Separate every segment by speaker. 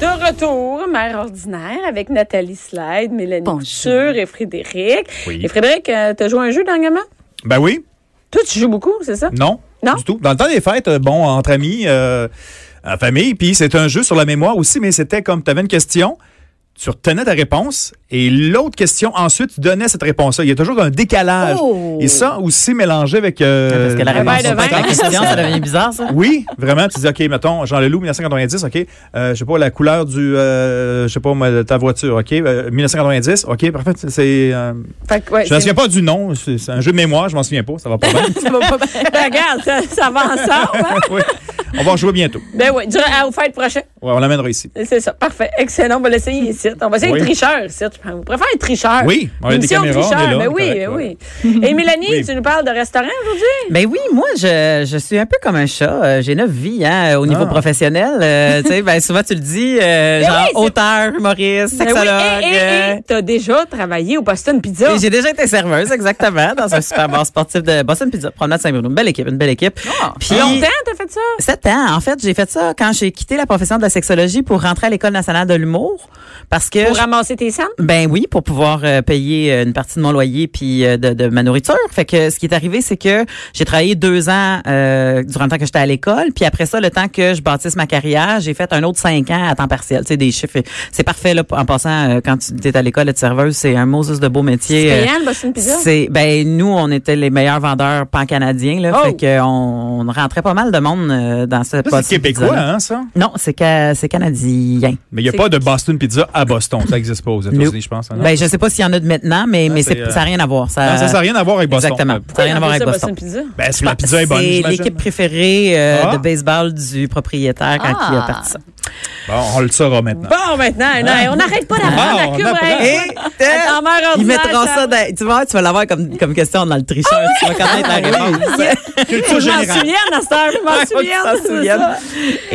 Speaker 1: De retour, mère ordinaire, avec Nathalie Slide, Mélanie
Speaker 2: Bonjour.
Speaker 1: Couture et Frédéric.
Speaker 3: Oui.
Speaker 1: Et Frédéric, euh, t'as joué à un jeu dernièrement?
Speaker 3: Ben oui,
Speaker 1: Toi, tu joues beaucoup, c'est ça?
Speaker 3: non,
Speaker 1: Non?
Speaker 3: du tout. Dans le temps des fêtes, euh, bon, entre amis, euh, en famille, puis c'est un jeu sur la mémoire aussi, mais c'était comme tu avais une question, tu retenais ta réponse, et l'autre question, ensuite, tu donnais cette réponse-là. Il y a toujours un décalage.
Speaker 2: Oh!
Speaker 3: Et ça aussi mélangé avec... euh,
Speaker 4: Parce que la
Speaker 1: Un verre
Speaker 4: réponse
Speaker 1: de
Speaker 4: sur
Speaker 1: vin.
Speaker 4: la question, ça devient bizarre, ça.
Speaker 3: Oui, vraiment. Tu dis, OK, mettons, Jean Leloup, 1990, OK. Euh, je sais pas, la couleur du, euh, je sais pas, moi, de ta voiture, OK. euh, 1990, OK, parfait. c'est- C'est, euh,
Speaker 1: Fait que, ouais,
Speaker 3: je m'en
Speaker 1: c'est-
Speaker 3: souviens pas du nom. C'est c'est un jeu de mémoire, je m'en souviens pas. Ça va pas bien.
Speaker 1: ça va pas- Ben, regarde, ça, ça va ensemble. hein?
Speaker 3: Oui. On va en jouer bientôt.
Speaker 1: Ben oui, durant, à- aux fêtes prochaines.
Speaker 3: Ouais, on l'amènera ici.
Speaker 1: C'est ça, parfait. Excellent, on va l'essayer ici. On va essayer
Speaker 3: Oui.
Speaker 1: le tricheur ici. je pense. On préfère être tricheur.
Speaker 4: Ah,
Speaker 3: Oui, on a des
Speaker 1: L'émission
Speaker 3: caméras, on est
Speaker 1: tricheur, ben
Speaker 3: là, on est
Speaker 1: oui,
Speaker 3: correct,
Speaker 1: ben
Speaker 3: ouais.
Speaker 1: oui. Et Mélanie,
Speaker 3: Oui.
Speaker 1: tu nous parles de restaurant aujourd'hui?
Speaker 4: Ben oui, moi, je, je suis un peu comme un chat. Euh, J'ai neuf vies hein, au niveau
Speaker 3: Ah.
Speaker 4: professionnel. Euh, tu sais, ben, souvent, tu le dis, euh,
Speaker 1: Ben
Speaker 4: genre
Speaker 1: oui, c'est-
Speaker 4: auteur, humoriste,
Speaker 1: Ben
Speaker 4: sexologue.
Speaker 1: oui, et,
Speaker 4: euh,
Speaker 1: t'as déjà travaillé au Boston Pizza.
Speaker 4: Et J'ai déjà été serveuse, exactement, dans un super bar sportif de Boston Pizza, Promenade Saint-Bruno. Une belle équipe, une belle équipe. Puis,
Speaker 1: Longtemps, t'as fait ça?
Speaker 4: Sept ans. En fait, j'ai fait ça quand j'ai quitté la profession de la sexologie pour rentrer à l'École nationale de l'humour. Parce que.
Speaker 1: Pour
Speaker 4: je-
Speaker 1: ramasser tes cendres?
Speaker 4: ben oui, pour pouvoir euh, payer euh, une partie de mon loyer puis euh, de, de ma nourriture. Fait que ce qui est arrivé, c'est que j'ai travaillé deux ans euh, durant le temps que j'étais à l'école, puis après ça, le temps que je bâtisse ma carrière, j'ai fait un autre cinq ans à temps partiel. Tu sais, des chiffres, c'est parfait là. En passant, euh, quand tu es à l'école être serveuse, c'est un Moses de beau métier.
Speaker 1: C'est
Speaker 4: euh,
Speaker 1: payant, le Boston Pizza?
Speaker 4: c'est ben nous on était les meilleurs vendeurs pan canadiens là,
Speaker 1: Oh!
Speaker 4: fait que on, on rentrait pas mal de monde euh, dans ce
Speaker 3: Ça,
Speaker 4: poste
Speaker 3: C'est québécois,
Speaker 4: pizza-là.
Speaker 3: hein, ça?
Speaker 4: Non, c'est ca- c'est canadien.
Speaker 3: Mais il n'y a
Speaker 1: C'est-
Speaker 3: pas de Boston Pizza à Boston. Ça n'existe pas aux États-Unis,
Speaker 4: Nope.
Speaker 3: je pense. hein, non?
Speaker 4: Ben je sais pas s'il y en a de maintenant mais mais
Speaker 3: c'est,
Speaker 4: c'est-
Speaker 3: euh,
Speaker 4: ça n'a rien à voir ça
Speaker 3: Non, ça n'a rien à voir avec Boston.
Speaker 4: Exactement.
Speaker 3: Euh,
Speaker 4: Ça n'a rien à voir avec
Speaker 1: Pourquoi
Speaker 4: Boston.
Speaker 1: ils appellent Ah, ça Pizza?
Speaker 3: Ben, c'est que la pizza est bonne,
Speaker 4: C'est
Speaker 3: j'imagine.
Speaker 4: l'équipe préférée euh,
Speaker 3: Ah.
Speaker 4: de baseball du propriétaire quand il a
Speaker 2: Ah.
Speaker 4: parti ça.
Speaker 3: Bon, on le saura maintenant.
Speaker 1: Bon, maintenant, non, on n'arrête pas d'apprendre
Speaker 3: Ah,
Speaker 1: à
Speaker 3: on
Speaker 1: Cuba.
Speaker 3: apprend.
Speaker 1: hey. Attends, mère ordinaire,
Speaker 4: ils mettront
Speaker 1: ça-
Speaker 4: ça dans, tu vas tu vas l'avoir comme comme question dans le tricheur tu vas connaître la réponse.
Speaker 3: Ah, Culture
Speaker 1: Ah Je m'en
Speaker 3: générale.
Speaker 1: souviens, à cette heure, je m'en
Speaker 4: Faut que tu
Speaker 1: souviens.
Speaker 4: t'en
Speaker 1: c'est
Speaker 4: souviennes.
Speaker 1: ça.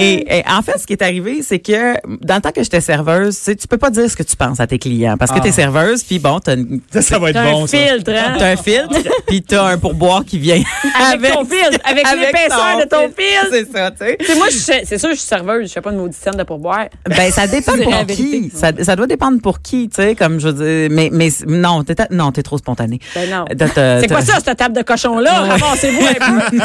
Speaker 4: Et, et en fait, ce qui est arrivé, c'est que dans le temps que j'étais serveuse, tu sais, tu peux pas dire ce que tu penses à tes clients parce que
Speaker 3: Ah.
Speaker 4: t'es serveuse, puis bon, t'as une-
Speaker 3: Ça, ça va
Speaker 1: T'as
Speaker 3: être
Speaker 1: un
Speaker 3: bon, ça.
Speaker 1: filtre, hein?
Speaker 4: t'as un filtre, puis t'as un pourboire qui vient
Speaker 1: Avec ton filtre, avec l'épaisseur de ton filtre.
Speaker 4: C'est ça, tu sais.
Speaker 1: Tu sais, moi, je sais- c'est sûr, je suis serveuse, je fais pas de maudite scène de pourboire.
Speaker 4: Ben, ça dépend
Speaker 1: C'est la
Speaker 4: pour
Speaker 1: vérité.
Speaker 4: qui. Ça, ça doit dépendre pour qui, tu sais, comme je veux dire. Mais, mais non, t'es, ta- non, t'es trop spontané.
Speaker 1: Ben non.
Speaker 4: T'as- t'as-
Speaker 1: C'est quoi
Speaker 4: t'as-
Speaker 1: ça, cette table de cochon-là? Ramassez-vous un peu.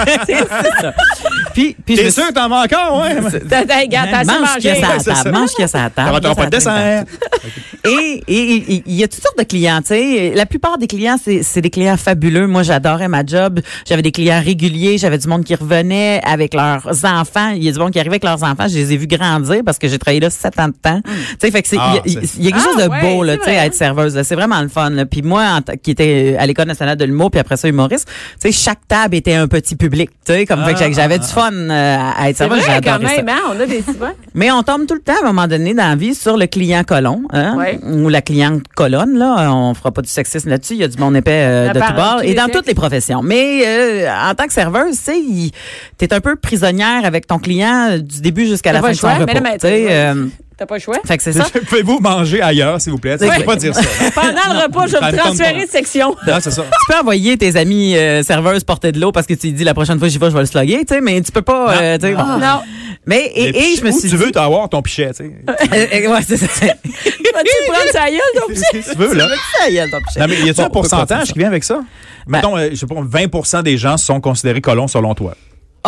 Speaker 4: Puis, puis je
Speaker 3: T'es
Speaker 4: me
Speaker 3: sûr que t'en manques encore, ouais?
Speaker 1: T'as- t'as- Regarde, t'as assez
Speaker 4: mange qu'il y
Speaker 1: mangé.
Speaker 4: a
Speaker 3: Ouais,
Speaker 4: à
Speaker 3: c'est
Speaker 4: la
Speaker 3: ça.
Speaker 4: table. Mange qu'il y a ça à la table.
Speaker 3: T'auras pas de
Speaker 4: mange qu'il y a ça à la
Speaker 3: dessert.
Speaker 4: table. Et et- et- et il y a toutes sortes de clients, tu sais. La plupart des clients, c'est c'est des clients fabuleux. Moi, j'adorais ma job. J'avais des clients réguliers. J'avais du monde qui revenait avec leurs enfants. Il y a du monde qui arrivait avec leurs enfants. Je les ai vus grandir parce que j'ai travaillé là sept ans de temps. Tu sais, fait que c'est, il y a-
Speaker 3: Ah, c'est-
Speaker 4: il y, a
Speaker 1: Mm.
Speaker 4: quelque
Speaker 1: Ah,
Speaker 4: chose de
Speaker 1: ouais,
Speaker 4: beau, là,
Speaker 1: c'est
Speaker 4: tu sais,
Speaker 1: vrai.
Speaker 4: à être serveuse. là. C'est vraiment le fun, là. Puis moi, en tant- qui était à l'École nationale de l'humour, puis après ça, humoriste, tu sais, chaque table était un petit public, tu sais, comme fait
Speaker 3: Ah,
Speaker 4: que j'avais du fun euh, à être
Speaker 1: C'est
Speaker 4: serveuse.
Speaker 1: vrai, quand
Speaker 4: J'adorais ça.
Speaker 1: même, hein, on a des souvenirs.
Speaker 4: Mais on tombe tout le temps à un moment donné dans la vie sur le client colon hein,
Speaker 1: Ouais.
Speaker 4: ou la cliente colonne là, on fera pas du sexisme là-dessus, il y a du monde épais euh,
Speaker 1: La
Speaker 4: de tout
Speaker 1: parole,
Speaker 4: bord
Speaker 1: tous
Speaker 4: et
Speaker 1: les
Speaker 4: dans
Speaker 1: sexes.
Speaker 4: toutes les professions. Mais euh, en tant que serveuse, tu sais, il- t'es un peu prisonnière avec ton client euh, du début jusqu'à
Speaker 1: T'as
Speaker 4: la
Speaker 1: pas
Speaker 4: fin
Speaker 1: le
Speaker 4: de son
Speaker 1: choix, mais ben,
Speaker 4: repas.
Speaker 1: là, mais
Speaker 4: tu sais, euh,
Speaker 1: T'as pas le choix?
Speaker 4: fait que c'est ça.
Speaker 3: Pouvez-vous manger ailleurs, s'il vous plaît? Tu
Speaker 4: Ouais.
Speaker 3: peux pas dire ça.
Speaker 1: Pendant le repas, je vais
Speaker 3: ça
Speaker 1: me
Speaker 3: me tente
Speaker 1: transférer
Speaker 3: pas.
Speaker 1: de section.
Speaker 3: Non, c'est ça.
Speaker 4: Tu peux envoyer tes amis euh, serveuses porter de l'eau parce que tu dis la prochaine fois j'y vais, je vais le slugger, tu sais, mais tu peux pas.
Speaker 3: Non.
Speaker 4: euh, tu sais, bon.
Speaker 1: Non.
Speaker 4: Mais et,
Speaker 3: Mais
Speaker 4: et je me
Speaker 3: où
Speaker 4: suis
Speaker 3: tu
Speaker 4: dit-
Speaker 3: veux t'avoir ton pichet, tu sais.
Speaker 4: Euh, euh, ouais, c'est ça.
Speaker 1: Vas-tu prendre sa gueule, ton petit?
Speaker 3: Qu'est-ce que tu veux, là?
Speaker 4: Ça y est, ton pichet.
Speaker 3: Non, mais y a-tu
Speaker 4: Bon,
Speaker 3: un
Speaker 4: on peut continuer
Speaker 3: pourcentage
Speaker 4: ça.
Speaker 3: qui vient avec ça? Mettons, euh, je sais pas, 20 des gens sont considérés colons selon toi.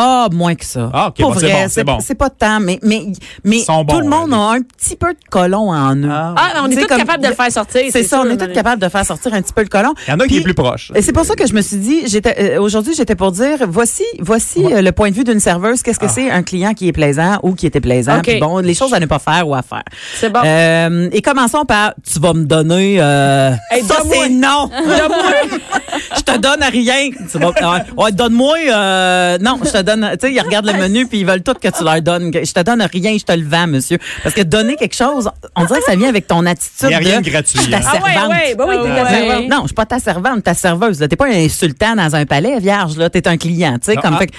Speaker 4: Ah, moins que ça.
Speaker 3: Ah, ok,
Speaker 4: Pour
Speaker 3: bon, c'est
Speaker 4: vrai,
Speaker 3: bon, c'est bon.
Speaker 4: c'est pas tant, mais, mais, mais
Speaker 3: Ils sont
Speaker 4: tout
Speaker 3: bons,
Speaker 4: le monde
Speaker 3: hein,
Speaker 4: a un petit peu de colon en eux.
Speaker 1: Ah, on est
Speaker 4: Tu sais,
Speaker 1: tous
Speaker 4: comme-
Speaker 1: capables de le faire sortir.
Speaker 4: C'est
Speaker 1: sûr,
Speaker 4: ça, on
Speaker 1: là,
Speaker 4: est tous
Speaker 1: là.
Speaker 4: capables de faire sortir un petit peu le colon.
Speaker 3: Il y en a qui
Speaker 4: Puis-
Speaker 3: est plus proche.
Speaker 4: Et c'est pour ça que je me suis dit, j'étais euh, aujourd'hui, j'étais pour dire, voici, voici euh, le point de vue d'une serveuse. Qu'est-ce que
Speaker 3: Ah.
Speaker 4: c'est un client qui est plaisant ou qui était plaisant
Speaker 1: Ok.
Speaker 4: Puis Bon, les choses à ne pas faire ou à faire.
Speaker 1: C'est bon.
Speaker 4: Euh, et commençons par, tu vas me donner. Euh,
Speaker 1: Hey,
Speaker 4: ça
Speaker 1: donne-moi.
Speaker 4: c'est non. je te donne à rien. Tu vas- ouais, ouais, donne-moi. euh, non, je te donne, tu sais, ils regardent le menu puis ils veulent tout que tu leur donnes. Je te donne rien, je te le vends, monsieur. Parce que donner quelque chose, on dirait que ça vient avec ton
Speaker 3: Il
Speaker 4: attitude.
Speaker 3: y a rien
Speaker 4: de,
Speaker 3: de gratuit,
Speaker 4: Je suis ta
Speaker 3: hein.
Speaker 1: Ah ouais,
Speaker 4: servante.
Speaker 1: ouais, bah oui, t'es
Speaker 4: Ta
Speaker 1: la servante.
Speaker 4: servante. Non, je suis pas ta servante, ta serveuse. là. T'es pas un insultant dans un palais, vierge. Là, t'es un client. Tu sais,
Speaker 3: Non,
Speaker 4: comme
Speaker 3: ah.
Speaker 4: fait. que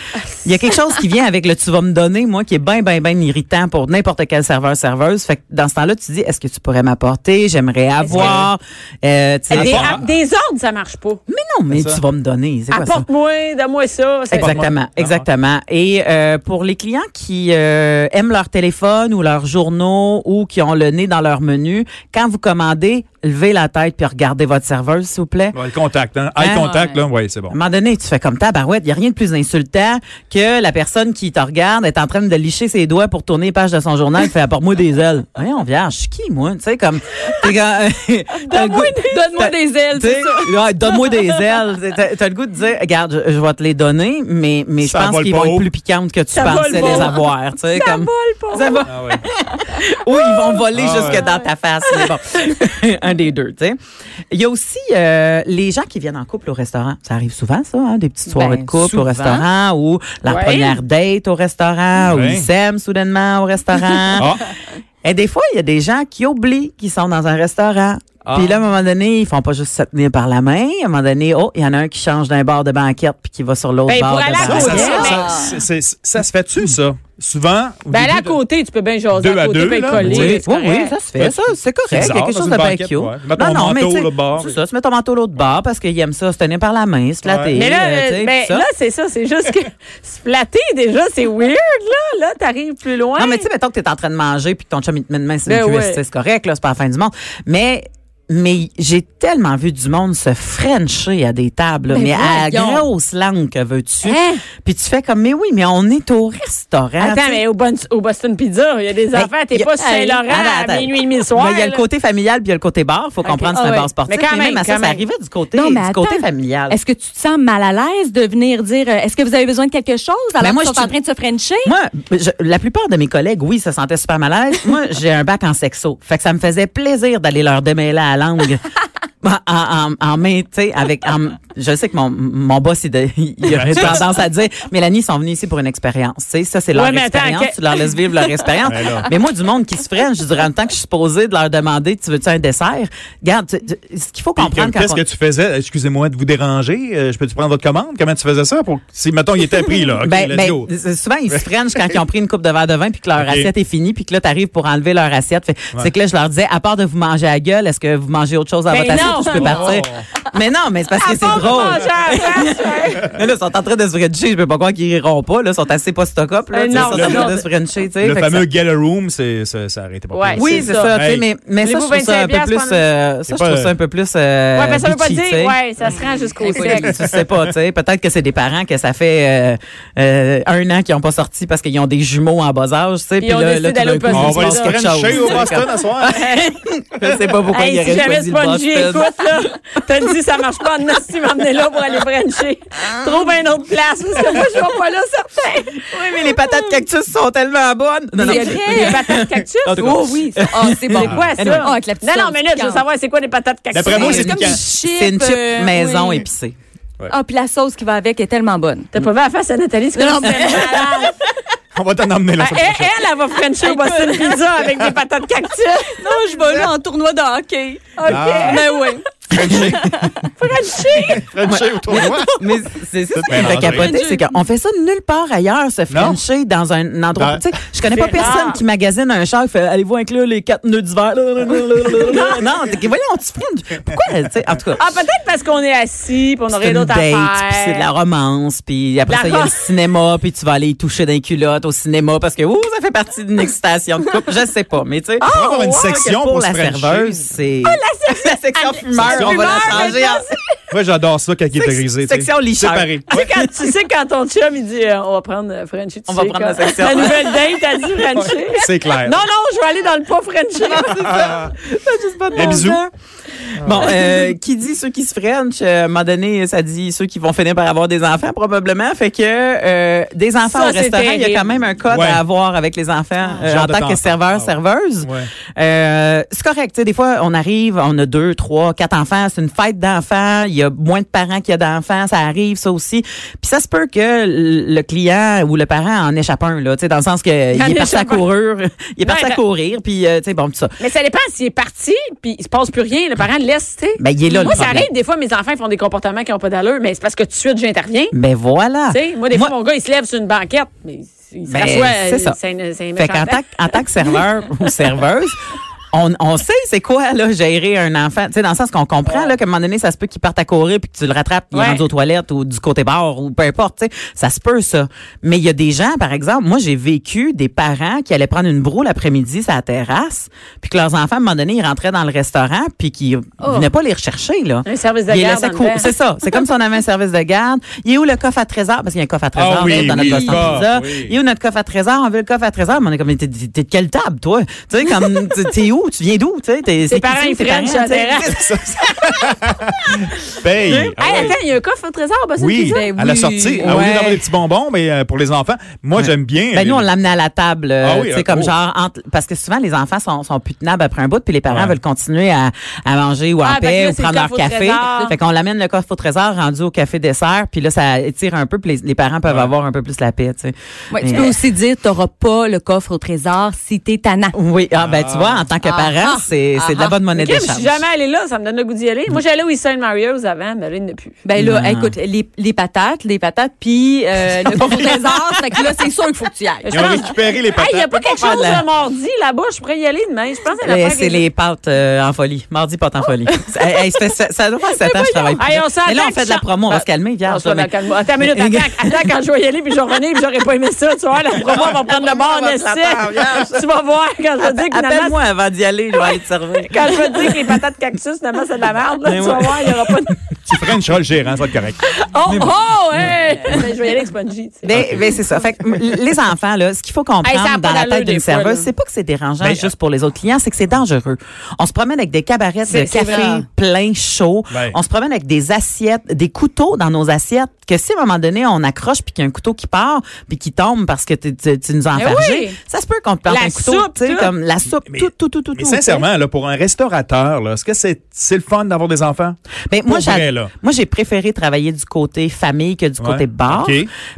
Speaker 4: Il y a quelque chose qui vient avec le tu vas me donner, moi, qui est bien, bien, bien irritant pour n'importe quel serveur serveuse. Fait que dans ce temps-là, tu dis, est-ce que tu pourrais m'apporter J'aimerais avoir. Euh, tu sais,
Speaker 1: Des,
Speaker 3: part-
Speaker 1: à- des ordres, ça marche pas.
Speaker 4: mais non, mais
Speaker 3: C'est ça.
Speaker 4: tu vas me donner. C'est quoi ça
Speaker 1: Apporte-moi, donne-moi ça. c'est-
Speaker 4: Exactement,
Speaker 3: Ah.
Speaker 4: exactement. Et euh, pour les clients qui euh, aiment leur téléphone ou leurs journaux ou qui ont le nez dans leur menu, quand vous commandez, levez la tête puis regardez votre serveuse, s'il vous plaît.
Speaker 3: Ouais, le contact, hein? Eye
Speaker 4: Ah,
Speaker 3: contact, là, oui, c'est bon.
Speaker 4: À un moment donné, tu fais comme ta barouette. Il n'y a rien de plus insultant que la personne qui te regarde est en train de licher ses doigts pour tourner les pages de son journal et fait apporte-moi des ailes. Voyons, vierge, je suis qui, moi? Tu sais, comme. t'es comme- t'as le goût-
Speaker 2: Donne-moi des ailes,
Speaker 4: T'sais,
Speaker 2: c'est ça.
Speaker 4: ouais, donne-moi des ailes. T'sais, T'as, t'as le goût de dire, regarde, je, je vais te les donner, mais, mais je
Speaker 3: Ça
Speaker 4: pense
Speaker 3: vole
Speaker 4: qu'ils
Speaker 3: pas
Speaker 4: vont
Speaker 3: haut.
Speaker 4: être plus piquantes que tu
Speaker 1: Ça vole
Speaker 4: pensais
Speaker 1: pas
Speaker 4: les
Speaker 1: haut.
Speaker 4: avoir. T'sais, comme, ça va-
Speaker 3: Ah ouais.
Speaker 4: Ou ils vont voler
Speaker 3: Ah
Speaker 4: jusque
Speaker 3: ouais.
Speaker 4: dans ta face. mais bon. Un des deux, t'sais. Il y a aussi euh, les gens qui viennent en couple au restaurant. Ça arrive souvent, ça, hein, des petites soirées
Speaker 2: Ben,
Speaker 4: de couple
Speaker 2: souvent.
Speaker 4: au restaurant ou la
Speaker 1: Ouais.
Speaker 4: première date au restaurant ou
Speaker 3: Ouais.
Speaker 4: ils s'aiment soudainement au restaurant.
Speaker 3: Ah,
Speaker 4: Et des fois, il y a des gens qui oublient qu'ils sont dans un restaurant.
Speaker 3: Ah.
Speaker 4: Puis là, à un moment donné, ils font pas juste se tenir par la main. À un moment donné, oh, il y en a un qui change d'un bord de banquette puis qui va sur l'autre
Speaker 1: Ben, pour
Speaker 4: bord de
Speaker 1: aller à
Speaker 3: ça,
Speaker 1: la
Speaker 4: banquette.
Speaker 3: ça, ça,
Speaker 1: mais-
Speaker 3: ça, c'est- c'est- ça, se fait-tu, ça? Souvent. au
Speaker 1: Ben,
Speaker 3: début
Speaker 1: là, à
Speaker 3: de-
Speaker 1: côté, tu peux bien jaser.
Speaker 3: Deux à
Speaker 1: à côté,
Speaker 3: deux,
Speaker 1: bien
Speaker 3: là.
Speaker 1: coller.
Speaker 4: Oui,
Speaker 1: c'est
Speaker 4: oui,
Speaker 1: correct.
Speaker 4: oui, ça se fait. Ça, c'est correct.
Speaker 3: C'est
Speaker 4: il y a quelque
Speaker 3: bizarre, dans
Speaker 4: chose de
Speaker 3: une
Speaker 4: bien
Speaker 3: banquette,
Speaker 4: cute.
Speaker 3: ouais. Mets ton manteau,
Speaker 4: tu sais,
Speaker 3: l'autre bord.
Speaker 4: C'est ça, se mets ton manteau l'autre bord parce qu'il aime ça, se tenir par la main, se flatter.
Speaker 1: Mais là,
Speaker 4: euh, tu sais,
Speaker 1: euh, ben,
Speaker 4: puis ça.
Speaker 1: là c'est ça. C'est juste que se flatter, déjà, c'est weird, là. Là, t'arrives plus loin.
Speaker 4: Non, mais tu sais, mettons que t'es en train de manger puis que ton chum, il te met une main sur une
Speaker 1: Ben
Speaker 4: cuisse.
Speaker 1: ouais.
Speaker 4: tu sais, C'est correct, là, c'est pas la fin du monde. Mais, mais j'ai tellement vu du monde se frencher à des tables, là,
Speaker 2: Ben
Speaker 4: mais à
Speaker 2: voyons.
Speaker 4: grosse langue que veux-tu.
Speaker 1: Hein?
Speaker 4: Puis tu fais comme, mais oui, mais on est au restaurant. tu
Speaker 1: Attends,
Speaker 4: sais.
Speaker 1: mais au, Bon- au Boston Pizza, il y a des
Speaker 4: Ben,
Speaker 1: affaires. T'es
Speaker 4: y a-
Speaker 1: pas sur Saint-Laurent
Speaker 4: Attends, attends.
Speaker 1: à minuit et demi le
Speaker 4: Ben,
Speaker 1: soir.
Speaker 4: il y a le
Speaker 1: là.
Speaker 4: côté familial puis il y a le côté bar. faut comprendre
Speaker 1: Ah
Speaker 4: c'est un
Speaker 1: ouais.
Speaker 4: bar sportif.
Speaker 1: Mais quand
Speaker 4: Et
Speaker 1: même,
Speaker 4: à
Speaker 1: quand
Speaker 4: ça, ça
Speaker 1: même.
Speaker 4: arrivait du côté,
Speaker 2: Non, mais
Speaker 4: du côté
Speaker 2: attends.
Speaker 4: familial.
Speaker 2: Est-ce que tu te sens mal à l'aise de venir dire euh, est-ce que vous avez besoin de quelque chose alors
Speaker 4: Ben, moi,
Speaker 2: que tu
Speaker 4: je
Speaker 2: es en train de se frencher?
Speaker 4: Moi, je- la plupart de mes collègues, oui, se sentaient super mal à l'aise. Moi, j'ai un bac en sexo. Fait que ça me faisait plaisir d'aller leur démêler à la langue. En, en, en main, tu sais, avec. en- je sais que mon, mon boss, il, de- il a tendance à dire Mélanie, ils sont venus ici pour une expérience. Tu sais, ça, c'est leur
Speaker 1: Ouais, mais attends,
Speaker 4: expérience.
Speaker 1: que-
Speaker 4: Tu leur laisses vivre leur expérience.
Speaker 3: Ben là.
Speaker 4: mais moi, du monde qui se freine, je dirais en même temps que je suis supposée de leur demander Tu veux-tu un dessert Regarde, tu- tu- ce qu'il faut
Speaker 3: Puis
Speaker 4: comprendre
Speaker 3: que-
Speaker 4: quand
Speaker 3: Qu'est-ce
Speaker 4: on-
Speaker 3: que tu faisais? Excusez-moi de vous déranger. euh, je peux-tu prendre votre commande? Comment tu faisais ça? Pour... Si, mettons, il était pris, là. OK,
Speaker 4: Ben,
Speaker 3: let's
Speaker 4: ben,
Speaker 3: go.
Speaker 4: c'est- souvent, ils se freinent quand ils ont pris une coupe de verre de vin puis que leur
Speaker 3: Ok.
Speaker 4: assiette est finie puis que là, t'arrives pour enlever leur assiette. Fait- C'est que là, je leur disais, à part de vous manger à la gueule, est-ce que vous mangez autre chose dans
Speaker 1: Ben
Speaker 4: votre assiette
Speaker 1: non!
Speaker 4: ou je peux partir?
Speaker 3: Oh.
Speaker 4: Mais non, mais c'est parce
Speaker 1: Pas
Speaker 4: que c'est
Speaker 1: de
Speaker 4: drôle.
Speaker 1: manger à la place, ouais.
Speaker 4: Mais là, ils sont en train de se frencher. Je peux pas croire qu'ils riront pas. Là, ils sont assez pas stock up. Là,
Speaker 1: Ben
Speaker 4: tu sais,
Speaker 1: non,
Speaker 4: ils sont en train
Speaker 1: non.
Speaker 4: de se frencher. tu sais.
Speaker 3: Le
Speaker 4: Fait que ça-
Speaker 3: fameux get a room, c'est- ça ça arrêtait pas.
Speaker 1: Ouais.
Speaker 3: plus.
Speaker 4: oui,
Speaker 1: C'est
Speaker 4: c'est
Speaker 1: ça.
Speaker 4: ça, tu sais,
Speaker 3: Hey.
Speaker 4: mais, mais ça, je
Speaker 1: Voulez-vous
Speaker 4: trouve ça un peu
Speaker 1: 25
Speaker 4: plus, euh, ça,
Speaker 3: C'est
Speaker 4: je trouve
Speaker 3: pas-
Speaker 4: ça un peu plus, euh,
Speaker 1: Ouais, ben, ça veut pas
Speaker 4: bitchy,
Speaker 1: dire,
Speaker 4: tu sais.
Speaker 1: ouais, ça se rend jusqu'au
Speaker 4: Tu
Speaker 1: sexe.
Speaker 4: sais pas, tu sais. Peut-être que c'est des parents que ça fait euh, euh, un an qu'ils n'ont pas sorti parce qu'ils ont des jumeaux en bas âge, tu sais. Puis
Speaker 1: ont
Speaker 4: là,
Speaker 1: décidé
Speaker 4: là,
Speaker 1: d'aller
Speaker 4: tout d'un
Speaker 1: au
Speaker 4: coup, il
Speaker 3: On
Speaker 4: se
Speaker 3: va
Speaker 4: passe
Speaker 3: aller
Speaker 4: quelque
Speaker 3: se cracher
Speaker 4: chose.
Speaker 3: au Boston à soir.
Speaker 4: Je sais pas pourquoi
Speaker 1: Hey,
Speaker 4: il
Speaker 1: si
Speaker 4: aurait
Speaker 1: jamais
Speaker 4: choisi le
Speaker 1: Spongy
Speaker 4: Boston.
Speaker 1: écoute, là, t'as dit ça marche pas, Anna, si tu m'emmenais là pour aller brancher.
Speaker 2: Ah.
Speaker 1: Trouve une autre place, parce que moi, je vais pas là, certain.
Speaker 4: Oui, mais les patates cactus sont tellement bonnes. Non, non.
Speaker 1: Il y a des patates cactus.
Speaker 4: En tout cas.
Speaker 1: Oh oui. C'est
Speaker 2: Ah, c'est bon.
Speaker 1: quoi ça?
Speaker 4: Anyway.
Speaker 2: Ah, avec la petite
Speaker 1: non, non,
Speaker 2: sauce
Speaker 1: mais là, je veux
Speaker 2: piquante.
Speaker 1: savoir c'est quoi des patates cactus.
Speaker 3: D'après moi, c'est
Speaker 2: comme
Speaker 3: piquant.
Speaker 2: du
Speaker 4: C'est une chip
Speaker 2: euh,
Speaker 4: maison
Speaker 2: oui.
Speaker 4: épicée.
Speaker 2: Ah, puis la sauce qui va avec est tellement bonne.
Speaker 1: T'as pas vu la face à Nathalie, c'est comme c'est malade.
Speaker 3: On va t'en emmener là.
Speaker 1: Elle, elle, elle va frencher au Boston Pizza avec des patates cactus.
Speaker 2: Non, je vais là en tournoi de hockey.
Speaker 3: Ah.
Speaker 2: Mais oui.
Speaker 1: Frencher.
Speaker 3: Frencher autour de moi.
Speaker 4: Mais c'est c'est ça qui me fait
Speaker 3: mélangé.
Speaker 4: capoter, c'est qu'on fait ça nulle part ailleurs, se
Speaker 3: Non. Ben,
Speaker 4: frencher dans un endroit.
Speaker 3: Dans-
Speaker 4: Tu sais, je connais pas
Speaker 1: C'est rare.
Speaker 4: personne qui magasine un char et fait Allez-vous inclure les quatre nœuds d'hiver? non, t'es- voyons, tu fringes. Pourquoi? tu sais, En tout cas.
Speaker 1: Ah, peut-être parce qu'on est assis, puis on
Speaker 4: C'est
Speaker 1: aurait
Speaker 4: une
Speaker 1: d'autres
Speaker 4: date, puis c'est de la
Speaker 1: affaires.
Speaker 4: romance, puis après
Speaker 1: La
Speaker 4: ça, il y a le
Speaker 1: ro-
Speaker 4: cinéma, puis tu vas aller y toucher d'un culotte au cinéma parce que ouh, ça fait partie d'une excitation de couple. Je sais pas, mais tu sais.
Speaker 3: On va
Speaker 1: Oh,
Speaker 3: avoir une
Speaker 4: je crois que
Speaker 3: section
Speaker 4: pour
Speaker 3: pour
Speaker 4: la
Speaker 3: se frencher.
Speaker 4: serveuse, c'est. Ah, la, section fumeur, on va la
Speaker 1: fumeur,
Speaker 4: changer. en-
Speaker 3: Moi, j'adore ça catégorisé. tu sais.
Speaker 4: section licheur.
Speaker 3: Séparé.
Speaker 1: Tu sais, quand, tu sais, quand ton chum, il dit euh, On va prendre euh, Frenchie. Tu
Speaker 4: On va
Speaker 1: sais,
Speaker 4: prendre la
Speaker 1: quand-
Speaker 4: section.
Speaker 1: La nouvelle date, t'as dit Frenchie.
Speaker 3: C'est clair.
Speaker 1: Non, non, je vais aller dans le pas Frenchie.
Speaker 4: C'est ça. T'as juste pas de
Speaker 3: Des
Speaker 4: bon
Speaker 3: Eh, bisous.
Speaker 4: sens. Bon, euh, qui dit ceux qui se French, euh, à un moment donné, ça dit ceux qui vont finir par avoir des enfants, probablement. Fait que euh, des enfants
Speaker 1: Ça,
Speaker 4: au
Speaker 1: c'est
Speaker 4: restaurant, il y
Speaker 1: terrible.
Speaker 4: a quand même un code
Speaker 3: Ouais. Ah,
Speaker 4: à avoir avec les enfants euh,
Speaker 3: Genre
Speaker 4: en
Speaker 3: de
Speaker 4: tant que
Speaker 3: temps.
Speaker 4: serveur,
Speaker 3: Ah ouais.
Speaker 4: serveuse.
Speaker 3: Ouais.
Speaker 4: Euh, c'est correct. tu sais, Des fois, on arrive, on a deux, trois, quatre enfants. C'est une fête d'enfants. Il y a moins de parents qu'il y a d'enfants. Ça arrive, ça aussi. Puis ça se peut que le le client ou le parent en échappe un, là, tu sais, dans le sens qu'il est
Speaker 1: en
Speaker 4: parti à
Speaker 1: échappe un.
Speaker 4: courir. Il est parti
Speaker 1: Ouais,
Speaker 4: à
Speaker 1: ben-
Speaker 4: courir. Puis, euh, tu sais, bon, tout ça.
Speaker 1: Mais ça dépend s'il est parti, puis il se passe plus rien. Le parent le laisse, tu sais.
Speaker 4: Ben, il est là, le
Speaker 1: Moi, ça
Speaker 4: problème.
Speaker 1: arrive. Des fois, mes enfants ils font des comportements qui n'ont pas d'allure, mais c'est parce que tout de suite, j'interviens.
Speaker 4: Ben voilà.
Speaker 1: Tu sais, moi, des fois, mon gars, il se lève sur une banquette, mais il se
Speaker 4: Ben,
Speaker 1: rassoit.
Speaker 4: c'est
Speaker 1: euh,
Speaker 4: ça.
Speaker 1: C'est une- c'est un méchant
Speaker 4: Fait qu'en tant,
Speaker 1: temps.
Speaker 4: que- en tant que serveur ou serveuse, on, on sait c'est quoi là, gérer un enfant. Tu sais, dans le sens qu'on comprend là, qu'à un moment donné, ça se peut qu'il parte à courir puis que tu le rattrapes, il est
Speaker 1: Ouais.
Speaker 4: rendu aux toilettes ou du côté bar ou peu importe. tu sais. Ça se peut, ça. Mais il y a des gens, par exemple, moi j'ai vécu des parents qui allaient prendre une broule l'après-midi sur la terrasse, puis que leurs enfants, à un moment donné, ils rentraient dans le restaurant puis qu'ils venaient pas les rechercher. Là.
Speaker 1: Oh. Un service de
Speaker 4: Ils les
Speaker 1: garde
Speaker 4: laissaient
Speaker 1: en
Speaker 4: cou-
Speaker 1: dedans.
Speaker 4: C'est ça. C'est comme si on avait un service de garde. Il est où le coffre à trésor? Parce qu'il y a un coffre à trésor
Speaker 3: Ah oui,
Speaker 4: là, dans
Speaker 3: oui,
Speaker 4: notre Boston
Speaker 3: coffre,
Speaker 4: Pizza.
Speaker 3: oui.
Speaker 4: Il est où notre coffre à trésor? On veut le coffre à trésor. Mais on est comme, t'es, t'es- t'es de quelle table, toi? Tu sais, comme, t'es- t'es où? Tu viens d'où? Tu sais, t'es,
Speaker 1: parents, ils freinent sur la terrasse. Hey,
Speaker 3: Paye. Ah ouais.
Speaker 1: attends, il y a un coffre au trésor, bah, c'est
Speaker 3: Oui,
Speaker 1: bizarre.
Speaker 3: à la sortie. Ah, Au lieu d'avoir des petits bonbons, mais euh, pour les enfants, moi, j'aime bien.
Speaker 4: Ben, nous, on
Speaker 3: les-
Speaker 4: l'amenait à la table. euh,
Speaker 3: Ah oui,
Speaker 4: tu sais,
Speaker 3: euh,
Speaker 4: comme
Speaker 3: oh.
Speaker 4: genre, entre- parce que souvent, les enfants sont, sont plus tenables après un bout, puis les parents
Speaker 3: Ouais.
Speaker 4: veulent continuer à, à manger ou en
Speaker 1: Ah, fait que
Speaker 4: paix
Speaker 1: là,
Speaker 4: ou
Speaker 1: c'est le
Speaker 4: prendre leur
Speaker 1: coffre au
Speaker 4: café.
Speaker 1: trésor.
Speaker 4: Fait qu'on l'amène le coffre au trésor rendu au café dessert, puis là, ça étire un peu, puis les, les parents peuvent avoir un peu plus la paix, tu sais.
Speaker 2: Ouais,
Speaker 4: Mais-
Speaker 2: tu peux aussi dire, t'auras pas le coffre au trésor si t'es tannant.
Speaker 4: Oui, ah, ben tu vois, en tant que parent, c'est c'est de la bonne monnaie
Speaker 1: Ah. Ok, mais je
Speaker 4: d'échange.
Speaker 1: suis jamais allée là, ça me donne le goût d'y aller. Moi, j'allais au St. Mario's avant, mais là, il n'y en a plus.
Speaker 2: Ben là, écoute, les, les patates, les patates, puis euh, le coffre au trésor, fait que là, c'est sûr qu'il faut que tu y ailles.
Speaker 3: Ils ont récupéré euh, les
Speaker 1: Hey,
Speaker 3: patates.
Speaker 1: il n'y a pas quelque
Speaker 4: faire
Speaker 1: chose
Speaker 4: de la-
Speaker 1: de mardi là-bas, je pourrais y aller demain. Je pense que
Speaker 4: Euh,
Speaker 1: la
Speaker 4: C'est les pâtes euh, en folie. Mardi, pâtes en folie. Hey, hey, ça, fait sept- Ah, ça doit faire 7 ans que je travaille plus.
Speaker 1: Oh. Hey, on Ah,
Speaker 4: Mais là,
Speaker 1: s'entend
Speaker 4: on fait de
Speaker 1: que
Speaker 4: la
Speaker 1: Jean-
Speaker 4: promo. On va se calmer,
Speaker 1: Non,
Speaker 4: vierge.
Speaker 1: c'est pas
Speaker 4: là,
Speaker 1: dans
Speaker 4: mais-
Speaker 1: le calme. ben, Attends une minute, attends, attends quand je vais y aller, puis je vais revenir, puis j'aurais pas aimé ça, tu vois, la promo, on va prendre le bord,
Speaker 4: va te la faire,
Speaker 1: on Tu vas voir quand je vais dire que finalement,
Speaker 4: Appelle-moi avant d'y aller, je vais aller te servir.
Speaker 1: quand je vais dire que les patates cactus, finalement, c'est de la merde, là,
Speaker 4: Mais
Speaker 1: tu vas
Speaker 4: ouais.
Speaker 1: voir, il n'y aura pas de...
Speaker 3: Tu Frencheras le gérant, ça va être correct.
Speaker 1: Oh, oh, hey! Ben, je vais y aller avec Spongy, tu sais. Eh
Speaker 4: Mais, mais Ben, c'est ça. Fait que, m- les enfants, là, ce qu'il faut comprendre
Speaker 1: Hey, ça a pas
Speaker 4: dans la
Speaker 1: d'allure
Speaker 4: tête
Speaker 1: des
Speaker 4: d'une
Speaker 1: fois,
Speaker 4: serveuse,
Speaker 1: là.
Speaker 4: c'est pas que c'est dérangeant
Speaker 3: Ben,
Speaker 4: juste pour les autres clients, c'est que c'est dangereux. On se promène avec des cabarets de
Speaker 1: C'est- c'est vrai.
Speaker 4: café plein chaud.
Speaker 3: Ben.
Speaker 4: On se promène avec des assiettes, des couteaux dans nos assiettes. Que si à un moment donné, on accroche puis qu'il y a un couteau qui part puis qui tombe parce que tu- tu tu nous as
Speaker 1: Mais
Speaker 4: enfargé,
Speaker 1: Ben oui.
Speaker 4: ça se peut qu'on te plante
Speaker 1: La
Speaker 4: un couteau.
Speaker 1: soupe,
Speaker 4: tu sais,
Speaker 1: tout.
Speaker 4: comme la soupe,
Speaker 3: Mais-
Speaker 4: tout, tout, tout, tout.
Speaker 3: Mais
Speaker 4: tout,
Speaker 3: sincèrement, là, pour un restaurateur, là, est-ce que c'est c'est le fun d'avoir des enfants?
Speaker 4: Ben, moi,
Speaker 3: Pour vrai,
Speaker 4: j'ai-
Speaker 3: là.
Speaker 4: moi, j'ai préféré travailler du côté famille que du
Speaker 3: Ouais,
Speaker 4: côté bar.
Speaker 3: OK.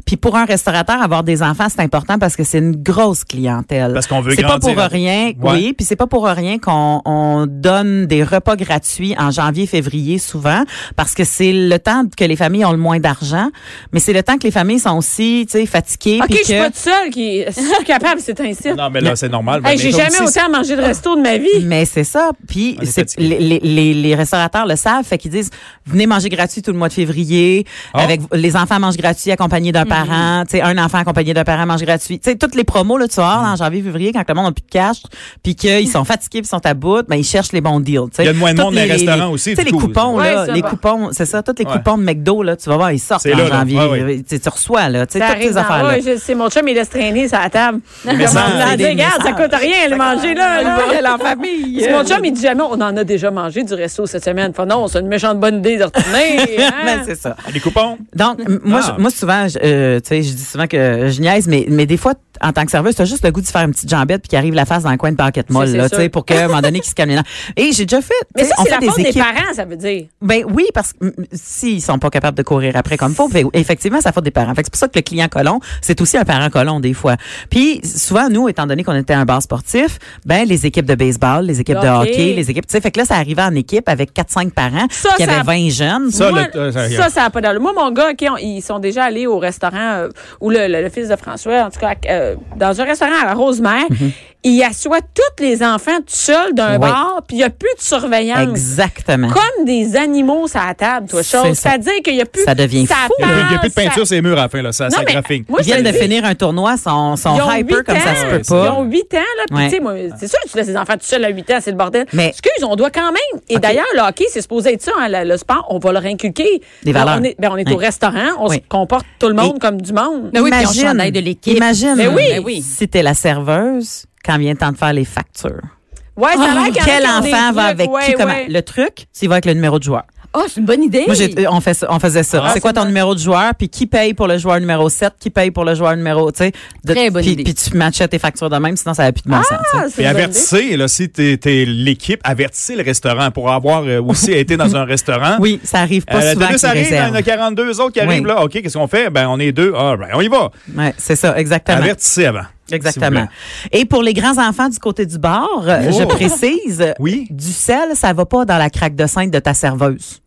Speaker 4: Puis pour un restaurateur, avoir des enfants, c'est important parce que c'est une grosse clientèle.
Speaker 3: Parce qu'on veut
Speaker 4: C'est pas
Speaker 3: grandir
Speaker 4: pour
Speaker 3: avec-
Speaker 4: rien,
Speaker 3: Ouais.
Speaker 4: oui, puis c'est pas pour rien qu'on on donne des repas gratuits en janvier, février souvent, parce que c'est le temps que les familles ont le moins d'argent, mais c'est le temps que les familles sont aussi, tu sais, fatiguées.
Speaker 1: OK,
Speaker 4: puis
Speaker 1: je suis
Speaker 4: que-
Speaker 1: pas toute seule qui je suis capable, c'est ainsi.
Speaker 3: Non, mais là, c'est normal.
Speaker 1: Hey,
Speaker 3: Mais
Speaker 1: j'ai
Speaker 3: comme
Speaker 1: jamais
Speaker 3: si-
Speaker 1: autant mangé de resto de ma vie.
Speaker 4: Mais c'est ça. Puis
Speaker 3: On est
Speaker 4: c'est-
Speaker 3: fatigué.
Speaker 4: les, les- les- les restaurateurs le savent, fait qu'ils disent venez manger gratuit tout le mois de février.
Speaker 3: Ah. Mm-hmm.
Speaker 4: Avec les enfants mangent gratuit accompagnés d'un parent. Tu sais, un enfant accompagné d'un parent mange gratuit. Tu sais, toutes les promos là, tu vois,
Speaker 3: Mm-hmm.
Speaker 4: en janvier, février, quand le monde n'a plus de cash, puis qu'ils sont fatigués, puis sont à bout, ben ils cherchent les bons deals. tu sais.
Speaker 3: Il y a de moins de
Speaker 4: Toutes
Speaker 3: monde dans les restaurants aussi,
Speaker 4: Tu sais,
Speaker 3: du
Speaker 4: les
Speaker 3: coup.
Speaker 4: coupons
Speaker 1: Ouais,
Speaker 4: là,
Speaker 1: ça
Speaker 4: les
Speaker 1: va.
Speaker 4: coupons, c'est ça. Toutes les
Speaker 3: Ouais.
Speaker 4: coupons de McDo là, tu vas voir, ils sortent
Speaker 3: C'est
Speaker 4: en
Speaker 3: là, là.
Speaker 4: janvier.
Speaker 3: Ouais, ouais.
Speaker 4: Tu sais, tu reçois là, tu sais,
Speaker 1: Ça
Speaker 4: toutes
Speaker 1: arrive
Speaker 4: ces
Speaker 1: dans-
Speaker 4: affaires là.
Speaker 1: ouais, je- c'est mon chum, il laisse traîner ça à la table. Je
Speaker 3: ça,
Speaker 1: demande,
Speaker 4: c'est des
Speaker 1: regarde, ça
Speaker 4: messages.
Speaker 1: coûte rien, le manger, là. là.
Speaker 4: en famille.
Speaker 1: C'est mon chum, il dit jamais, on en a déjà mangé du resto cette semaine. Fait, non, c'est une méchante bonne idée de retourner. hein.
Speaker 4: Ben, c'est ça.
Speaker 3: Les coupons?
Speaker 4: Donc, m- moi,
Speaker 3: Ah.
Speaker 4: je- moi souvent, je, euh, tu sais, je dis souvent que je niaise, mais, mais des fois, t- en tant que serveuse, t'as juste le goût de faire une petite jambette puis qu'il arrive la face dans le coin de paquet molle,
Speaker 1: c'est
Speaker 4: là, tu
Speaker 1: sûr.
Speaker 4: sais, pour qu'à un moment donné, qu'il se calme les nerfs. Et j'ai déjà fait,
Speaker 1: mais
Speaker 4: tu sais,
Speaker 1: ça,
Speaker 4: on
Speaker 1: c'est
Speaker 4: fait
Speaker 1: la faute
Speaker 4: des
Speaker 1: des
Speaker 4: équipes.
Speaker 1: parents, ça veut dire.
Speaker 4: Ben oui, parce que mm, s'ils sont pas capables de courir après comme faut, fait- effectivement, ça faute des parents. Fait que c'est pour ça que le client colon, c'est aussi un parent colon des fois. Puis souvent, nous, étant donné qu'on était un bar sportif, ben les équipes de baseball, les équipes de
Speaker 1: Le hockey.
Speaker 4: hockey, les équipes, tu sais, fait que là, ça arrivait en équipe avec 4-5 parents
Speaker 1: Ça,
Speaker 4: qui
Speaker 1: ça-
Speaker 4: avaient 20 jeunes.
Speaker 3: Ça,
Speaker 1: Moi,
Speaker 3: le- euh, ça,
Speaker 1: ça, ça a pas d'allure. Moi, mon gars, OK, on- ils sont déjà allés au restaurant euh, où le, le- le fils de François, en tout cas, euh, dans un restaurant à la Rosemère, il assoit tous les enfants tout seuls d'un
Speaker 4: Mhm. Oui.
Speaker 1: bar, puis il n'y a plus de surveillance.
Speaker 4: Exactement.
Speaker 1: hein. Comme des animaux sur la table, toi,
Speaker 4: C'est
Speaker 1: chose.
Speaker 4: ça.
Speaker 1: C'est-à-dire qu'il n'y a plus...
Speaker 4: Ça devient fou.
Speaker 3: Il n'y a, plus- il y a plus
Speaker 1: passe,
Speaker 3: de peinture
Speaker 1: Ah, ça-
Speaker 3: sur les murs à la fin, là. Ça,
Speaker 1: Non,
Speaker 3: ça
Speaker 1: mais
Speaker 3: graphique.
Speaker 1: moi,
Speaker 4: Ils viennent
Speaker 1: je
Speaker 4: de
Speaker 1: te dis-
Speaker 4: finir un tournoi, sont, sont
Speaker 1: Ils ont
Speaker 4: hyper
Speaker 1: huit
Speaker 4: comme ça
Speaker 1: ans.
Speaker 4: se peut
Speaker 1: Ils
Speaker 4: pas.
Speaker 1: ont 8 ans, là. Puis,
Speaker 4: Ouais.
Speaker 1: tu sais, moi, c'est sûr que tu laisses les enfants tout seuls à 8 ans, c'est le bordel.
Speaker 4: Mais-
Speaker 1: Excuse, on doit quand même. Et d'ailleurs, le hockey, c'est supposé être ça, hein, le, le sport, on va leur inculquer.
Speaker 4: Des valeurs.
Speaker 1: On est, ben, on est au
Speaker 4: Ouais.
Speaker 1: restaurant, on
Speaker 4: Oui.
Speaker 1: se comporte tout le monde
Speaker 4: Et-
Speaker 1: comme du monde.
Speaker 2: Ben oui, puis on chandail de l'équipe.
Speaker 4: Imagine
Speaker 1: Ben oui.
Speaker 4: si t'es la serveuse quand vient le temps de faire les factures. Oh,
Speaker 1: Ouais, ça a l'air qu'il y en a
Speaker 4: Quel
Speaker 1: qui ont des
Speaker 4: enfant va
Speaker 1: trucs,
Speaker 4: avec
Speaker 1: ouais,
Speaker 4: qui? Comment?
Speaker 1: ouais.
Speaker 4: Le truc, c'est il va avec le numéro de joueur.
Speaker 2: Oh, c'est une bonne idée.
Speaker 4: Moi, j'ai- euh, on, fait ça- on faisait ça.
Speaker 1: Ah,
Speaker 4: c'est quoi ton numéro de joueur? Puis qui paye pour le joueur numéro 7? Qui paye pour le joueur numéro, tu sais? de-
Speaker 2: Très bonne
Speaker 4: puis,
Speaker 2: idée.
Speaker 4: puis tu matchais tes factures de même, sinon ça n'avait plus de bon sens. tu sais.
Speaker 1: Ah, c'est
Speaker 3: Et
Speaker 1: une bonne idée.
Speaker 3: avertissez, là, si t'es t'es l'équipe, avertissez le restaurant pour avoir euh, aussi été dans un restaurant.
Speaker 4: Oui, ça arrive
Speaker 3: Euh,
Speaker 4: pas
Speaker 3: la
Speaker 4: souvent
Speaker 3: Duluth
Speaker 4: qu'ils
Speaker 3: arrive, il y en
Speaker 4: réservent.
Speaker 3: a 42 autres qui
Speaker 4: Oui.
Speaker 3: arrivent là. OK, qu'est-ce qu'on fait? Ben, on est deux. Ah, ben, on y va.
Speaker 4: Ouais, c'est ça, exactement.
Speaker 3: Avertissez avant. s'il vous
Speaker 4: Exactement.
Speaker 3: plaît.
Speaker 4: Et pour les grands-enfants du côté du bar, euh,
Speaker 3: Oh.
Speaker 4: je précise,
Speaker 3: Oui.
Speaker 4: du sel, ça va pas dans la craque de scène de ta serveuse.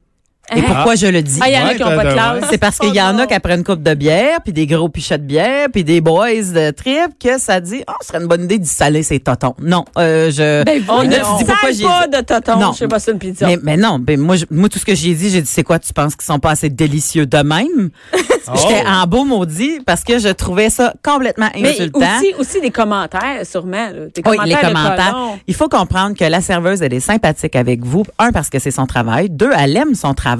Speaker 4: Et pourquoi je le dis?
Speaker 1: Ah, il y en a
Speaker 3: Ouais,
Speaker 1: qui n'ont
Speaker 3: t'as-
Speaker 1: pas de
Speaker 3: t'as-
Speaker 1: classe.
Speaker 4: C'est parce qu'il y en
Speaker 1: Oh
Speaker 4: a
Speaker 1: non.
Speaker 4: qui après une coupe de bière, puis des gros pichets de bière, puis des boys de trip, que ça dit, oh, ce serait une bonne idée d'y saler ses totons. Non, euh, je...
Speaker 2: Ben,
Speaker 3: Oh,
Speaker 1: On
Speaker 2: on
Speaker 4: Là,
Speaker 1: ne
Speaker 4: tu dis pourquoi j'ai
Speaker 1: sale pas de toton.
Speaker 4: Non.
Speaker 1: Je sais pas si c'est une pizza.
Speaker 4: Mais, mais non, ben moi, je- moi, tout ce que j'ai dit, j'ai dit, c'est quoi, tu penses qu'ils sont pas assez délicieux de même?
Speaker 3: Oh!
Speaker 4: J'étais en beau maudit parce que je trouvais ça complètement
Speaker 1: Mais
Speaker 4: insultant.
Speaker 1: aussi, aussi des commentaires, sûrement. là. Des
Speaker 4: Oui,
Speaker 1: commentaires
Speaker 4: les
Speaker 1: de
Speaker 4: commentaires.
Speaker 1: colons.
Speaker 4: Il faut comprendre que la serveuse, elle est sympathique avec vous. Un, parce que c'est son travail. Deux, elle aime son travail.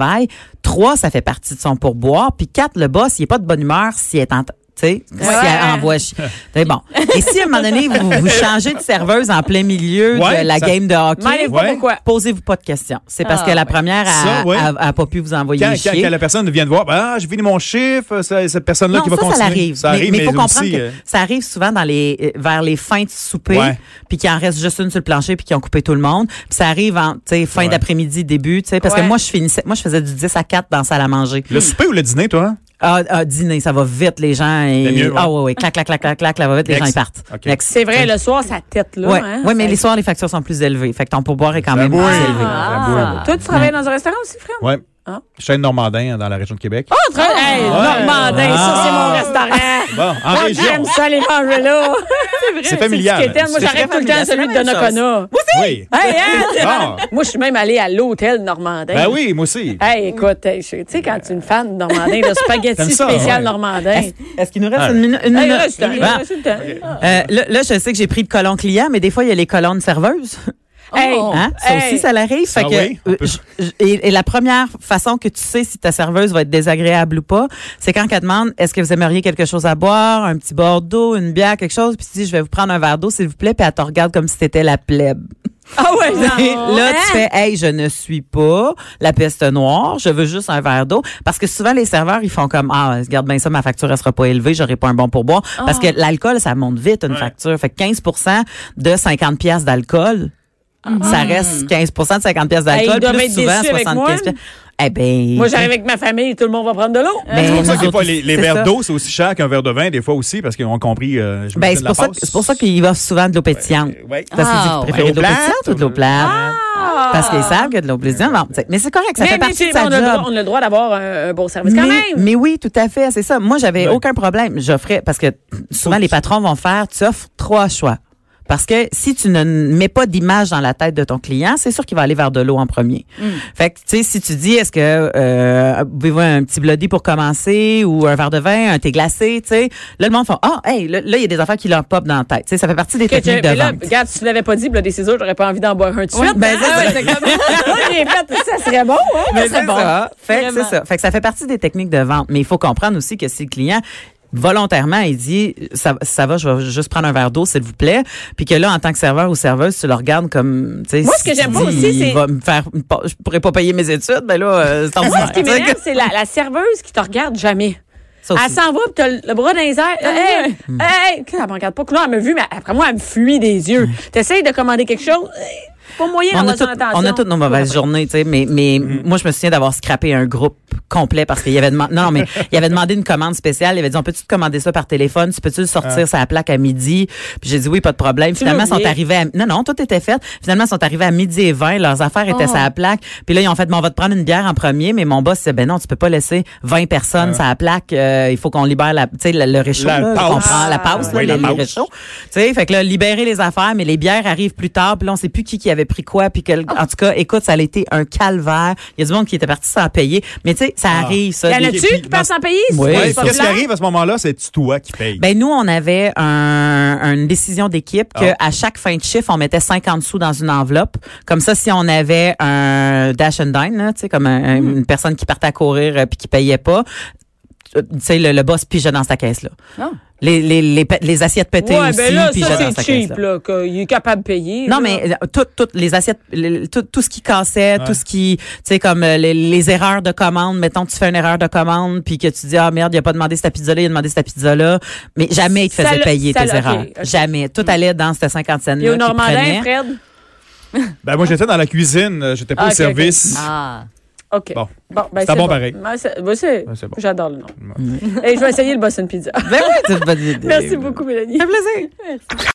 Speaker 4: Trois, ça fait partie de son pourboire. Puis quatre, le boss, il n'est pas de bonne humeur s'il est en... tu sais, si elle envoie chi- C'est bon. Et si à un moment donné, vous, vous changez de serveuse en plein milieu
Speaker 3: Ouais,
Speaker 4: de la
Speaker 3: ça-
Speaker 4: game de hockey,
Speaker 1: Mêlez-vous
Speaker 3: Ouais.
Speaker 1: pas pourquoi.
Speaker 4: posez-vous pas de questions. C'est parce
Speaker 2: Ah,
Speaker 4: que la
Speaker 2: ouais.
Speaker 4: première
Speaker 3: Ça, ouais.
Speaker 4: n'a pas pu vous envoyer
Speaker 3: Quand, quand-
Speaker 4: chier.
Speaker 3: quand la personne vient de voir, ben, ah, j'ai fini mon chiffre, c'est cette personne-là qui va
Speaker 4: ça,
Speaker 3: continuer.
Speaker 4: Ça arrive.
Speaker 3: Ça
Speaker 4: mais,
Speaker 3: arrive,
Speaker 4: mais faut comprendre
Speaker 3: aussi,
Speaker 4: que
Speaker 3: euh,
Speaker 4: ça arrive souvent dans les, euh, vers les fins de souper,
Speaker 3: Ouais.
Speaker 4: puis qu'il en reste juste une sur le plancher, puis qu'ils ont coupé tout le monde. Puis ça arrive en tu sais, fin
Speaker 3: Ouais.
Speaker 4: d'après-midi, début, tu sais, parce
Speaker 1: Ouais.
Speaker 4: que moi, je finissais, moi, je faisais du 10 à 4 dans la salle à manger.
Speaker 3: Le souper ou le dîner, toi?
Speaker 4: Ah, ah, dîner, ça va vite, les gens. et-
Speaker 3: Le mieux, ouais.
Speaker 4: Ah, ouais, ouais, clac, clac, clac, clac, clac, ça va vite, les
Speaker 3: Next.
Speaker 4: gens, ils partent.
Speaker 3: OK.
Speaker 4: Next.
Speaker 1: C'est vrai, le soir, ça tête, là.
Speaker 4: Ouais,
Speaker 1: hein,
Speaker 4: ouais, mais
Speaker 1: ça-
Speaker 4: les soirs, les factures sont plus élevées. Fait que ton pourboire est quand même
Speaker 3: Ah,
Speaker 4: plus
Speaker 3: oui.
Speaker 4: élevé.
Speaker 3: Ah, oui.
Speaker 1: Toi, tu travailles dans un restaurant aussi, frère?
Speaker 3: Ouais.
Speaker 1: Ah.
Speaker 3: Chaîne Normandin, hein, dans la région de Québec.
Speaker 4: Ah!
Speaker 1: Oh, tu travailles- Hey, Normandin,
Speaker 3: Ah.
Speaker 1: ça, c'est mon restaurant.
Speaker 3: Bon, en
Speaker 1: Ah,
Speaker 3: région.
Speaker 1: J'aime ça, les manger là.
Speaker 3: C'est familial.
Speaker 1: C'est étienne. Moi,
Speaker 3: C'est
Speaker 1: j'arrive tout le temps à
Speaker 4: familial,
Speaker 1: celui de
Speaker 4: c'est la même
Speaker 1: Donnacona.
Speaker 3: Oui.
Speaker 1: Hey, hein, c'est
Speaker 3: Ah.
Speaker 1: malade. Moi, je suis même allée à l'hôtel Normandin.
Speaker 3: Ben oui, moi aussi.
Speaker 1: Hey, écoute, hey, je- tu sais, quand tu es une fan de Normandin, le
Speaker 3: T'aimes
Speaker 1: spaghetti
Speaker 3: ça,
Speaker 1: spécial
Speaker 3: ouais.
Speaker 1: Normandin.
Speaker 4: Est-ce qu'il nous reste
Speaker 3: Ah,
Speaker 4: une minute? Une
Speaker 1: Hey,
Speaker 4: minute?
Speaker 1: là, je t'en-
Speaker 4: Bon.
Speaker 1: là, je t'en-
Speaker 4: Euh, là, là, je sais que j'ai pris le colon client, mais des fois, il y a les colonnes serveuses.
Speaker 1: Hey,
Speaker 3: Oh.
Speaker 4: Hein? Ça
Speaker 1: hey.
Speaker 4: aussi, ça l'arrive. Fait
Speaker 3: Ah
Speaker 4: que,
Speaker 3: oui? On peut-
Speaker 4: euh, je- je- et, et la première façon que tu sais si ta serveuse va être désagréable ou pas, c'est quand elle demande est-ce que vous aimeriez quelque chose à boire, un petit bordeaux, une bière, quelque chose, puis tu dis je vais vous prendre un verre d'eau, s'il vous plaît, puis elle te regarde comme si c'était la plèbe.
Speaker 1: Ah ouais,
Speaker 4: Et
Speaker 1: non.
Speaker 4: là,
Speaker 1: Hein?
Speaker 4: tu fais hey, je ne suis pas la peste noire, je veux juste un verre d'eau. Parce que souvent, les serveurs, ils font comme ah, regarde bien ça, ma facture, elle sera pas élevée, j'aurai pas un bon pourboire. Parce
Speaker 1: Ah.
Speaker 4: que l'alcool, ça monte vite, une facture. Fait que 15 de 50 pièces d'alcool. Ça reste 15 de 50 pièces
Speaker 1: Ah. Hey, ils
Speaker 4: d'alcool,
Speaker 1: doivent
Speaker 4: plus
Speaker 1: être
Speaker 4: souvent
Speaker 1: déçus avec
Speaker 4: 75
Speaker 1: moi.
Speaker 4: Eh ben,
Speaker 1: Moi, j'arrive avec ma famille, tout le monde va prendre de l'eau.
Speaker 4: ben,
Speaker 3: C'est pour ça
Speaker 4: nous
Speaker 3: que des fois,
Speaker 4: autres,
Speaker 3: les, les
Speaker 4: c'est ça.
Speaker 3: verres d'eau, c'est aussi cher qu'un verre de vin, des fois aussi, parce qu'ils ont compris. euh, je
Speaker 4: Ben,
Speaker 3: me
Speaker 4: c'est
Speaker 3: la
Speaker 4: pour, ça
Speaker 3: passe.
Speaker 4: que- c'est pour ça qu'ils offrent souvent de l'eau pétillante.
Speaker 3: Ouais.
Speaker 4: Parce qu'ils disent,
Speaker 2: Ah,
Speaker 4: vous préférez de l'eau
Speaker 3: ouais.
Speaker 4: pétillante ou de l'eau plate? Parce qu'ils savent que de l'eau pétillante, bon, tu sais, mais c'est correct,
Speaker 1: Ah!
Speaker 4: ça
Speaker 1: Mais-
Speaker 4: fait
Speaker 1: mais
Speaker 4: partie
Speaker 1: c'est-
Speaker 4: de sa
Speaker 1: on, a le
Speaker 4: job.
Speaker 1: droit, on a le droit d'avoir un, un bon service quand
Speaker 4: mais,
Speaker 1: même.
Speaker 4: mais oui, tout à fait, c'est ça. Moi, j'avais
Speaker 3: Ouais.
Speaker 4: aucun problème. J'offrais parce que souvent les patrons vont faire tu offres trois choix. Parce que si tu ne mets pas d'image dans la tête de ton client, c'est sûr qu'il va aller vers de l'eau en premier.
Speaker 1: Mm.
Speaker 4: Fait que, tu sais, si tu dis, est-ce que, euh, vous un petit bloody pour commencer ou un verre de vin, un thé glacé, tu sais, là, le monde fait, ah, hey, là, là, il y a des affaires qui leur pop dans la tête. Tu sais, ça fait partie des
Speaker 1: Que tu-
Speaker 4: techniques
Speaker 1: mais
Speaker 4: de
Speaker 1: là,
Speaker 4: vente.
Speaker 1: regarde, si tu l'avais pas dit, là, des ciseaux, j'aurais pas envie d'en boire un tout de
Speaker 4: Ouais,
Speaker 1: suite.
Speaker 4: ben, c'est
Speaker 1: Ah
Speaker 4: ça.
Speaker 1: ouais, exactement. Moi, j'ai fait, ça serait bon, hein?
Speaker 4: Mais c'est ça. Fait que c'est
Speaker 2: Vraiment.
Speaker 4: ça. Fait que ça fait partie des techniques de vente. Mais il faut comprendre aussi que si le client volontairement, il dit ça, ça va, je vais juste prendre un verre d'eau, s'il vous plaît. Puis que là, en tant que serveur ou serveuse, tu le regardes comme, tu sais,
Speaker 1: Moi, ce que
Speaker 4: si tu
Speaker 1: j'aime pas
Speaker 4: dis,
Speaker 1: aussi,
Speaker 4: il
Speaker 1: c'est-
Speaker 4: va me faire, pas- je pourrais pas payer mes études, mais là, euh, c'est
Speaker 1: Moi, ce qui
Speaker 4: ordinaire.
Speaker 1: m'énerve, c'est la, la serveuse qui te regarde jamais.
Speaker 4: Ça aussi. Ah
Speaker 1: Elle s'en va, puis t'as le le bras dans les airs. Hey, hey, hey, elle me regarde pas. Là, elle m'a vu, mais après moi, elle me fuit des yeux. T'essayes de commander quelque chose. hey, Pas moyen
Speaker 4: on a,
Speaker 1: d'avoir
Speaker 4: tout-
Speaker 1: son attention.
Speaker 4: on a toutes nos mauvaises journées, tu sais, mais, mais
Speaker 3: Mm-hmm.
Speaker 4: moi, je me souviens d'avoir scrappé un groupe complet parce qu'il y avait demandé, non, mais il avait demandé une commande spéciale. Il avait dit, on peut-tu te commander ça par téléphone? Tu peux-tu le
Speaker 3: Ah.
Speaker 4: sortir sur la plaque à midi? Puis j'ai dit, oui, pas de problème. Finalement, ils sont
Speaker 1: oublié.
Speaker 4: arrivés à, non, non, tout était fait. Finalement, ils sont arrivés à midi et 20. Leurs affaires étaient sur la plaque. Puis là, ils ont fait, bon, on va te prendre une bière en premier, mais mon boss, il ben non, tu peux pas laisser 20 personnes sur la plaque. Euh, il faut qu'on libère la, tu sais, le, le réchaud,
Speaker 3: Ah. La
Speaker 4: là,
Speaker 3: pause. Ah.
Speaker 4: qu'on prend la pause, là,
Speaker 3: Oui,
Speaker 4: les-
Speaker 3: la
Speaker 4: les
Speaker 3: pause.
Speaker 4: réchauds. Tu sais, fait que là, libérer les affaires, mais les bières arrivent plus tard, puis là, on sait plus qui qui avait pris quoi, puis que, le- en tout cas, écoute, ça a été un calvaire. Il y a du monde qui était parti sans payer, mais tu sais, ça arrive, ça.
Speaker 1: Ah. Y en
Speaker 4: Des-
Speaker 1: a-tu qui passent en pays?
Speaker 4: Oui.
Speaker 3: Ouais,
Speaker 4: Ouais,
Speaker 1: c'est pas
Speaker 3: Qu'est-ce qui
Speaker 1: plat.
Speaker 3: arrive à ce moment-là? C'est toi qui paye.
Speaker 4: Ben nous, on avait un- une décision d'équipe que
Speaker 1: Ah.
Speaker 4: à chaque fin de chiffre, on mettait 50 sous dans une enveloppe. Comme ça, si on avait un dash and dine, là, tu sais, comme un- un-
Speaker 1: Hmm.
Speaker 4: une personne qui partait à courir euh, puis qui payait pas, euh, tu sais, le, le boss pigeait dans sa caisse là. Les, les, les, pe- les assiettes pétées
Speaker 1: Ah. ouais,
Speaker 4: aussi.
Speaker 1: ben là,
Speaker 4: puis
Speaker 1: ça,
Speaker 4: j'adore
Speaker 1: c'est
Speaker 4: caisse,
Speaker 1: cheap, là, qu'il est capable de payer.
Speaker 4: Non,
Speaker 1: là.
Speaker 4: mais euh, tout- toutes les assiettes, le- tout, tout ce qui cassait,
Speaker 3: Ouais.
Speaker 4: tout ce qui, tu sais, comme euh, les, les erreurs de commande. Mettons, tu fais une erreur de commande, puis que tu dis, ah merde, il a pas demandé cette pizza-là, il a demandé cette pizza-là. Mais jamais il te
Speaker 1: Ça
Speaker 4: faisait
Speaker 1: le-
Speaker 4: payer
Speaker 1: ça
Speaker 4: tes
Speaker 1: le- ok,
Speaker 4: erreurs.
Speaker 1: ok.
Speaker 4: Jamais. Tout allait dans cette cinquantaine
Speaker 1: Puis
Speaker 4: là
Speaker 1: au Normandin, Fred?
Speaker 3: Ben, moi, j'étais dans la cuisine, euh, j'étais pas
Speaker 1: Ah,
Speaker 3: au
Speaker 1: ok, ok.
Speaker 3: service.
Speaker 2: Ah.
Speaker 1: OK.
Speaker 3: Bon.
Speaker 1: ben,
Speaker 3: C'est bon pareil.
Speaker 1: Ben, c'est- ben, c'est-
Speaker 3: Ouais, c'est bon.
Speaker 1: J'adore le nom. Et je vais essayer le Boston Pizza.
Speaker 4: Ben oui, c'est une bonne idée.
Speaker 1: Merci beaucoup, Mélanie.
Speaker 4: Un plaisir.